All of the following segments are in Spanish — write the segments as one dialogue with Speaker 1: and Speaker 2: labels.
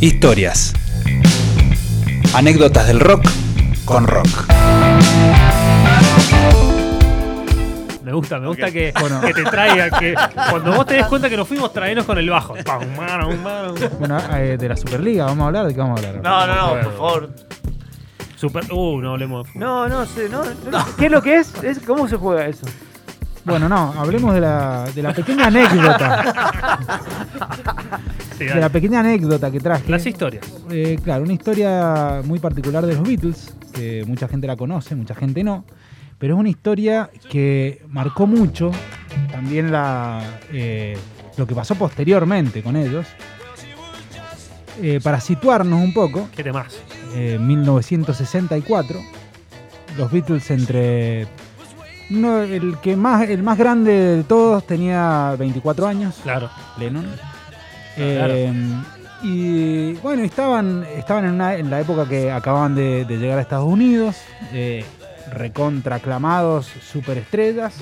Speaker 1: Historias. Anécdotas del rock con rock.
Speaker 2: Me gusta, me gusta
Speaker 3: Ok.
Speaker 2: que, que te traiga. Que cuando vos te des cuenta que nos fuimos, traenos con el bajo. Pam, man, man.
Speaker 4: Bueno, eh, de la Superliga, vamos a hablar de qué vamos a hablar.
Speaker 3: No, no, no, por favor.
Speaker 2: Super. Uh, no hablemos. de-
Speaker 5: No, no sé, no, no. ¿Qué es lo que es? es? ¿Cómo se juega eso?
Speaker 4: Bueno, no, hablemos de la, de la pequeña anécdota.
Speaker 2: Sí,
Speaker 4: de la
Speaker 2: dale.
Speaker 4: pequeña anécdota que traje.
Speaker 2: Las historias.
Speaker 4: Eh, claro, una historia muy particular de los Beatles, que mucha gente la conoce, mucha gente no, pero es una historia que marcó mucho también la, eh, lo que pasó posteriormente con ellos. Eh, para situarnos un poco,
Speaker 2: ¿Qué temas?
Speaker 4: eh, 1964, los Beatles entre... no, el, que más, el más grande de todos tenía 24 años,
Speaker 2: Claro.
Speaker 4: Lennon.
Speaker 2: Claro.
Speaker 4: Eh, y bueno, estaban, estaban en, una- en la época que acababan de, de llegar a Estados Unidos, eh, recontraclamados, superestrellas.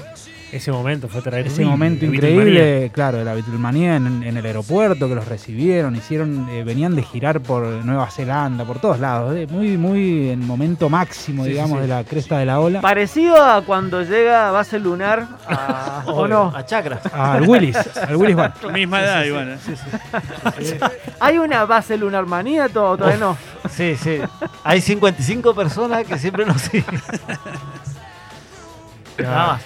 Speaker 2: Ese momento fue traer
Speaker 4: Ese momento increíble, claro, de la Beatlemanía en, en el aeropuerto, que los recibieron, hicieron, eh, venían de girar por Nueva Zelanda, por todos lados, eh, muy, muy en momento máximo,
Speaker 2: Sí, sí,
Speaker 4: digamos,
Speaker 2: sí.
Speaker 4: de la cresta de la ola.
Speaker 5: Parecido a cuando llega Base Lunar a- o no.
Speaker 3: A chakra.
Speaker 4: Al Willis, al Willis Bar.
Speaker 3: Misma edad, Iván.
Speaker 5: ¿Hay una Base Lunar manía o todavía no?
Speaker 3: Sí, sí. Hay 55 personas que siempre nos siguen. Nada más.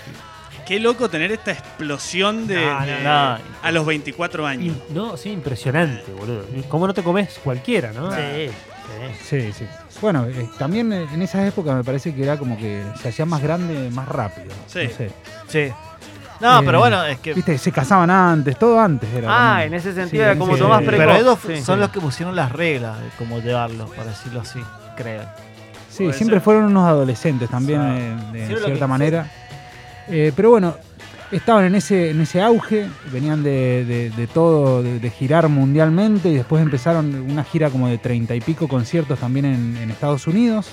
Speaker 6: Qué loco tener esta explosión de,
Speaker 2: No, no,
Speaker 6: de-
Speaker 3: no.
Speaker 6: a los 24 años.
Speaker 2: No, sí, impresionante, boludo. ¿Cómo no te comes cualquiera, no?
Speaker 3: Sí,
Speaker 4: Sí, sí. Bueno, eh, también eh, en esas épocas me parece que era como que se hacía más grande, más rápido.
Speaker 6: Sí.
Speaker 4: No sé.
Speaker 3: sí. No,
Speaker 4: Eh,
Speaker 3: pero bueno, es que.
Speaker 4: Viste, se casaban antes, todo antes era.
Speaker 5: Ah,
Speaker 4: también.
Speaker 5: en ese
Speaker 4: Sí,
Speaker 5: sentido era
Speaker 4: en
Speaker 5: como
Speaker 4: ese-
Speaker 5: Tomás
Speaker 4: eh,
Speaker 5: Precoz.
Speaker 3: Pero ellos
Speaker 5: Sí.
Speaker 3: son los que pusieron las reglas de cómo llevarlo, para decirlo así, creo.
Speaker 4: Sí,
Speaker 6: Puede
Speaker 4: siempre
Speaker 6: ser.
Speaker 4: fueron unos adolescentes también,
Speaker 3: Ah.
Speaker 4: eh, de,
Speaker 3: Sí, lo
Speaker 4: cierta
Speaker 3: que-
Speaker 4: manera. Eh, pero bueno, estaban en ese, en ese auge, venían de, de- de todo, de, de girar mundialmente y después empezaron una gira como de treinta y pico conciertos también en, en Estados Unidos.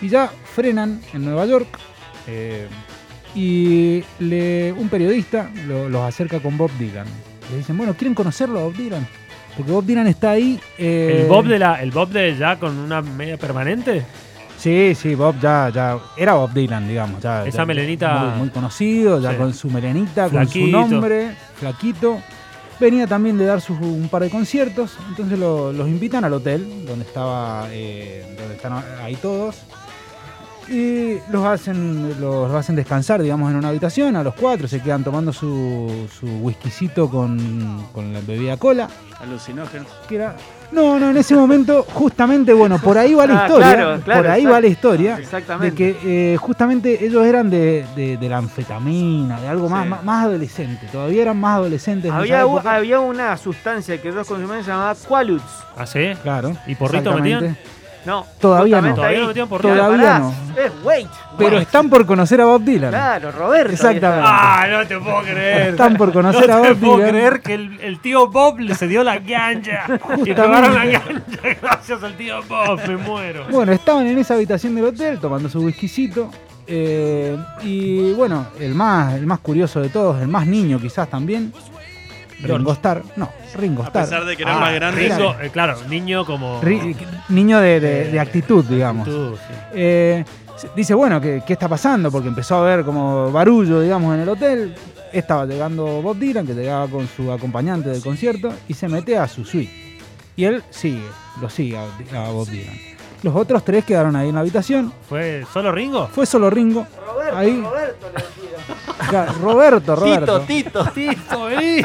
Speaker 4: Y ya frenan en Nueva York. eh, y le- un periodista lo- los acerca con Bob Dylan. Le dicen, bueno, ¿quieren conocerlo a Bob Dylan? Porque Bob Dylan está ahí. eh,
Speaker 2: El Bob de la, el Bob de ya con una media permanente.
Speaker 4: Sí, sí, Bob ya, ya era Bob Dylan, digamos. Ya,
Speaker 2: Esa
Speaker 4: ya
Speaker 2: melenita-
Speaker 4: Muy, muy conocido, ya
Speaker 2: Sí.
Speaker 4: con su melenita,
Speaker 2: Flaquito.
Speaker 4: con su nombre, flaquito. Venía también de dar sus, un par de conciertos, entonces lo- los invitan al hotel, donde estaba eh, donde están ahí todos. Y los hacen, los, los hacen descansar, digamos, en una habitación, a los cuatro, se quedan tomando su, su whiskycito con, con la bebida cola.
Speaker 6: Mm. Alucinógenos.
Speaker 4: Que era- No, no, en ese momento, justamente, bueno, por ahí va la
Speaker 5: Ah,
Speaker 4: historia.
Speaker 5: claro, claro,
Speaker 4: por ahí
Speaker 5: exacto.
Speaker 4: va la historia. De
Speaker 5: Exactamente.
Speaker 4: que eh, justamente ellos eran de, de- de la anfetamina, de algo más,
Speaker 6: Sí.
Speaker 4: más, más adolescente. Todavía eran más adolescentes. en
Speaker 5: Había,
Speaker 4: esa
Speaker 5: u-
Speaker 4: época.
Speaker 5: había una sustancia que ellos consumían llamada Qualuts.
Speaker 2: ¿Ah, sí?
Speaker 4: Claro.
Speaker 2: ¿Y porrito
Speaker 4: exactamente.
Speaker 2: metían?
Speaker 5: No.
Speaker 4: Todavía no.
Speaker 5: justamente
Speaker 2: Todavía
Speaker 5: ahí.
Speaker 2: no metían por
Speaker 4: Toda-
Speaker 2: nada.
Speaker 4: Todavía
Speaker 5: Pará,
Speaker 4: no.
Speaker 5: Es wait.
Speaker 4: Pero
Speaker 5: wait.
Speaker 4: están por conocer a Bob Dylan.
Speaker 5: Claro, Roberto. ahí
Speaker 4: Exactamente.
Speaker 2: Ah, no te puedo creer.
Speaker 4: Están por
Speaker 2: No
Speaker 4: conocer a
Speaker 2: te
Speaker 4: Bob
Speaker 2: puedo
Speaker 4: Dylan.
Speaker 2: creer que el, el tío Bob le se dio la ganja. y tomaron la ganja gracias al tío Bob. Me muero.
Speaker 4: Bueno, estaban en esa habitación del hotel tomando su whiskycito. eh, y bueno, el más, el más curioso de todos, el más niño quizás también. Ringo Starr. No, Ringo
Speaker 6: A
Speaker 4: Starr.
Speaker 6: pesar de que eran
Speaker 2: Ah,
Speaker 6: más grandes.
Speaker 2: Ringo, eh, claro, niño como.
Speaker 4: Ri- niño de, de-
Speaker 2: Eh,
Speaker 4: de actitud, digamos.
Speaker 2: Tú, sí.
Speaker 4: Eh, se- dice, bueno, ¿qué, qué está pasando? Porque empezó a ver como barullo, digamos, en el hotel. Estaba llegando Bob Dylan, que llegaba con su acompañante del concierto, y se mete a su suite. Y él sigue, lo sigue a, a Bob Dylan. Los otros tres quedaron ahí en la habitación.
Speaker 2: ¿Fue solo Ringo?
Speaker 4: Fue solo Ringo.
Speaker 5: Ah, Roberto,
Speaker 4: Ahí.
Speaker 5: Roberto le decía.
Speaker 4: Acá, Roberto, Roberto.
Speaker 3: Tito, Tito.
Speaker 2: Tito, vení.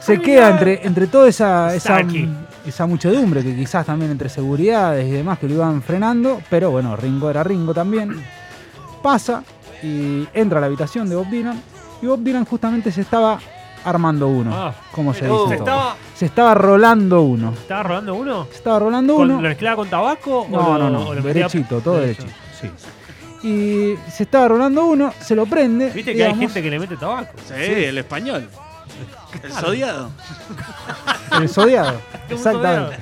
Speaker 4: se queda entre, entre toda esa, esa,
Speaker 2: Saki.
Speaker 4: esa muchedumbre que quizás también entre seguridades y demás que lo iban frenando, pero bueno, Ringo era Ringo también. Pasa y entra a la habitación de Bob Dylan y Bob Dylan justamente se estaba armando uno,
Speaker 2: Ah,
Speaker 4: como se dice. todo.
Speaker 3: oh,
Speaker 2: ¿Se
Speaker 4: Se estaba,
Speaker 2: estaba,
Speaker 4: rolando uno.
Speaker 2: estaba rodando uno?
Speaker 4: Se estaba rolando
Speaker 2: ¿Con-
Speaker 4: uno.
Speaker 2: ¿Lo mezclaba con tabaco?
Speaker 4: No,
Speaker 2: o lo,
Speaker 4: no,
Speaker 2: o
Speaker 4: no,
Speaker 2: lo metía-
Speaker 4: derechito, todo
Speaker 2: derecho?
Speaker 4: derechito. Sí. Y se estaba rolando uno, se lo prende.
Speaker 2: Viste que hay
Speaker 4: digamos,
Speaker 2: gente que le mete tabaco.
Speaker 6: Sí, el español. El sodiado.
Speaker 4: El sodiado. Exactamente.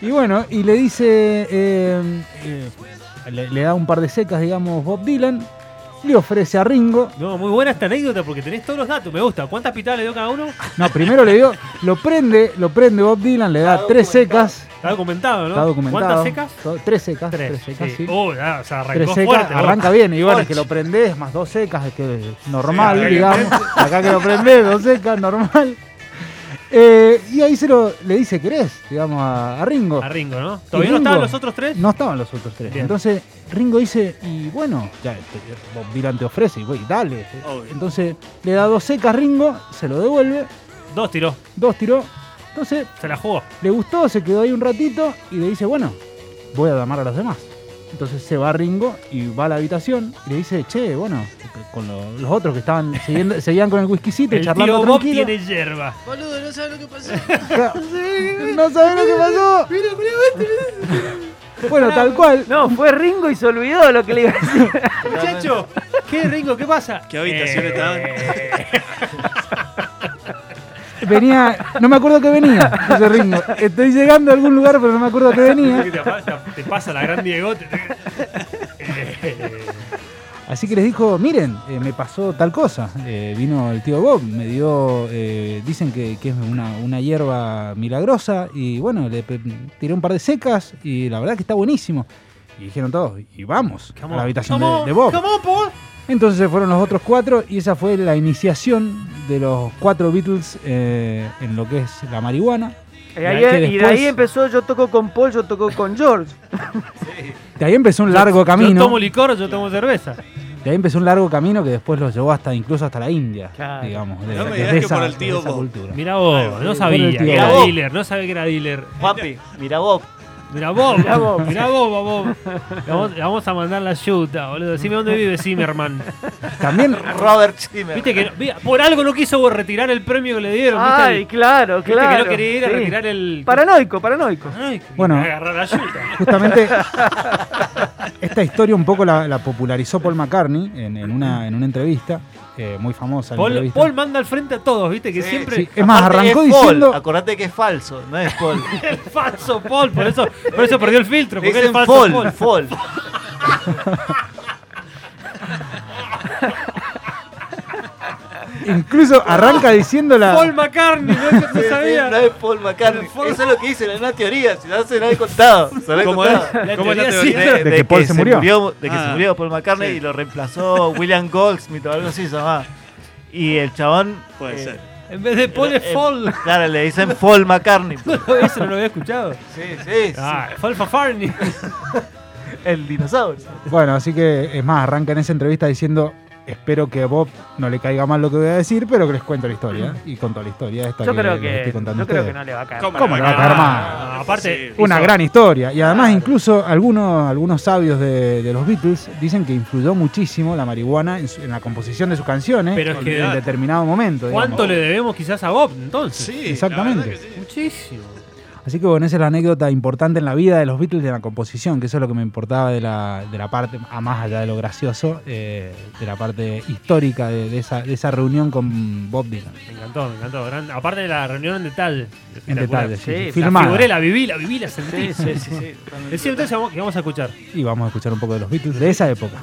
Speaker 4: Y bueno, y le dice. eh, eh, le, le da un par de secas, digamos, Bob Dylan. le ofrece a Ringo.
Speaker 7: No, muy buena esta anécdota porque tenés todos los datos. Me gusta. ¿Cuántas pitadas le dio cada uno?
Speaker 4: No, primero le dio, lo prende, lo prende Bob Dylan, le da tres secas.
Speaker 7: Está documentado, ¿no?
Speaker 4: Está documentado.
Speaker 7: ¿Cuántas secas?
Speaker 4: To- Tres secas. Tres,
Speaker 7: Tres.
Speaker 4: secas,
Speaker 7: sí.
Speaker 4: sí.
Speaker 7: Oh,
Speaker 2: ah,
Speaker 7: ya, o sea,
Speaker 4: Tres
Speaker 7: arrancó
Speaker 4: secas,
Speaker 7: fuerte. ¿no?
Speaker 4: arranca bien, y bueno,
Speaker 6: Ocho.
Speaker 4: que lo prendés más dos secas, es que es normal,
Speaker 6: Sí, acá que
Speaker 4: digamos. acá que lo prendés, dos secas, normal. Eh, y ahí se lo, le dice, ¿querés? Digamos, a, a Ringo.
Speaker 7: A Ringo, ¿no? ¿Todavía no
Speaker 4: Ringo?
Speaker 7: estaban los otros tres?
Speaker 4: No estaban los otros tres.
Speaker 7: Bien.
Speaker 4: Entonces Ringo dice, y bueno, ya te- Bob Dylan te ofrece, y güey, dale.
Speaker 6: Obvio.
Speaker 4: Entonces le da dos secas Ringo, se lo devuelve,
Speaker 7: Dos tiró.
Speaker 4: dos tiró. Entonces
Speaker 7: Se la jugó.
Speaker 4: le gustó, se quedó ahí un ratito y le dice, bueno, voy a llamar a los demás. Entonces se va Ringo y va a la habitación y le dice, che, bueno, con lo- los otros que estaban siguiendo- seguían con el whiskycito y
Speaker 7: El
Speaker 4: charlando
Speaker 7: tío Bob
Speaker 4: tranquilo.
Speaker 7: tiene hierba.
Speaker 6: Boludo, no sabes lo que pasó.
Speaker 4: No sabés lo que pasó. bueno, tal cual.
Speaker 5: No, fue Ringo y se olvidó lo que le iba a decir.
Speaker 7: Muchacho, ¿qué Ringo? ¿Qué pasa?
Speaker 6: ¿Qué habitación estaban?
Speaker 7: eh,
Speaker 4: Venía, no me acuerdo que venía, dice Ringo. Estoy llegando a algún lugar, pero no me acuerdo que venía.
Speaker 7: ¿Qué te pasa? Te pasa la gran Diego.
Speaker 4: Así que les dijo, miren, eh, me pasó tal cosa. Eh, vino el tío Bob, me dio, eh, dicen que, que es una, una hierba milagrosa y bueno, le pe- tiré un par de secas y la verdad que está buenísimo. Y dijeron todos, y vamos a la habitación de, de Bob. Entonces se fueron los otros cuatro y esa fue la iniciación de los cuatro Beatles eh, en lo que es la marihuana.
Speaker 5: Y,
Speaker 4: Y
Speaker 5: ahí-
Speaker 4: hay que
Speaker 5: y de
Speaker 4: después-
Speaker 5: ahí empezó, yo toco con Paul, yo toco con George.
Speaker 4: De ahí empezó un largo
Speaker 7: Yo
Speaker 4: camino.
Speaker 7: tomo licor, yo tomo cerveza.
Speaker 4: De ahí empezó un largo camino que después los llevó hasta incluso hasta la India, digamos. de-
Speaker 6: No me
Speaker 4: desde
Speaker 6: digas que por el tío
Speaker 4: desde esa
Speaker 6: Bob.
Speaker 4: cultura.
Speaker 7: Mirá vos, no
Speaker 4: Bueno,
Speaker 7: sabía
Speaker 4: tío.
Speaker 7: que
Speaker 4: Mirá
Speaker 7: era
Speaker 3: vos.
Speaker 7: dealer, no sabía que era dealer.
Speaker 3: Papi, mira vos.
Speaker 7: Mirá vos, mirá vos, mirá vos, Bob. Le vamos, le vamos a mandar la yuta, boludo. Decime dónde vive Zimmerman.
Speaker 4: También
Speaker 3: Robert Zimmer.
Speaker 7: Viste que no- mira, por algo no quiso retirar el premio que le dieron. ¿viste?
Speaker 5: Ay, claro,
Speaker 7: Viste
Speaker 5: claro.
Speaker 7: que no quería ir a
Speaker 5: sí.
Speaker 7: retirar el.
Speaker 5: Paranoico, paranoico.
Speaker 7: Ay, que
Speaker 4: Bueno.
Speaker 7: me agarró la yuta.
Speaker 4: Justamente esta historia un poco la, la popularizó Paul McCartney en, en una, en una entrevista, eh, muy famosa. la
Speaker 7: Paul,
Speaker 4: entrevista.
Speaker 7: Paul manda al frente a todos, viste, que
Speaker 3: Sí,
Speaker 7: siempre
Speaker 4: Sí, es más,
Speaker 3: Aparte
Speaker 4: arrancó
Speaker 3: es Paul,
Speaker 4: diciendo...
Speaker 3: Acordate que es falso, no es Paul.
Speaker 7: el falso Paul, por eso, por eso perdió el filtro,
Speaker 3: Le
Speaker 7: porque él es
Speaker 3: Dicen
Speaker 7: falso
Speaker 3: Paul,
Speaker 7: Paul.
Speaker 3: Paul.
Speaker 4: Incluso arranca diciendo la...
Speaker 7: Paul McCartney, no, no
Speaker 3: Sí, sí,
Speaker 7: sabía.
Speaker 3: No es Paul McCartney.
Speaker 7: Paul-
Speaker 3: Eso es lo que dice la una teoría, si no se la he contado. Se la he
Speaker 6: ¿Cómo
Speaker 3: contado.
Speaker 6: es?
Speaker 7: La
Speaker 6: ¿Cómo es la
Speaker 7: teoría
Speaker 6: teoría?
Speaker 7: sí,
Speaker 4: De que Paul se murió.
Speaker 3: de que
Speaker 6: Ah.
Speaker 3: se murió Paul McCartney y lo reemplazó William Goldsmith o algo así se llamaba. Y el chabón.
Speaker 6: Puede ser.
Speaker 7: En vez de Paul es
Speaker 3: eh,
Speaker 7: Paul.
Speaker 3: Claro, le dicen Paul McCartney. Sí,
Speaker 7: Eso no lo había escuchado.
Speaker 3: sí, sí.
Speaker 7: Ah, Paul Fafarni.
Speaker 3: El dinosaurio.
Speaker 4: Bueno, así que es más, arranca en esa entrevista diciendo... Espero que a Bob no le caiga mal lo que voy a decir, pero que les cuento la historia. Y contó la historia esta
Speaker 5: Yo
Speaker 4: que
Speaker 5: creo
Speaker 4: les
Speaker 5: que,
Speaker 4: estoy contando a
Speaker 5: yo creo
Speaker 4: ustedes.
Speaker 5: que no le va a caer.
Speaker 4: ¿Cómo
Speaker 6: no
Speaker 4: le va a
Speaker 6: caer Ah,
Speaker 4: caer
Speaker 6: mal?
Speaker 7: mal? Aparte,
Speaker 4: Una
Speaker 7: Hizo-
Speaker 4: gran historia. Y además incluso algunos, algunos sabios de, de los Beatles dicen que influyó muchísimo la marihuana en, su- en la composición de sus canciones
Speaker 7: Pero es que-
Speaker 4: en determinado momento. digamos.
Speaker 7: ¿Cuánto le debemos quizás a Bob entonces?
Speaker 6: Sí,
Speaker 4: Exactamente.
Speaker 6: la verdad que sí.
Speaker 7: Muchísimo.
Speaker 4: Así que bueno, esa es la anécdota importante en la vida de los Beatles y en la composición, que eso es lo que me importaba de la, de la parte, a más allá de lo gracioso, eh, de la parte histórica de, de esa, de esa reunión con Bob Dylan.
Speaker 7: Me encantó, me encantó. Gran- Aparte de la reunión en detalle.
Speaker 4: En detalle, sí,
Speaker 5: Sí,
Speaker 4: sí,
Speaker 7: La
Speaker 5: la
Speaker 4: firmada.
Speaker 7: figuré, la viví, la viví, la sentí.
Speaker 3: Sí, sí, sí. sí.
Speaker 7: Decime entonces que vamos a escuchar.
Speaker 4: Y vamos a escuchar un poco de los Beatles de esa época.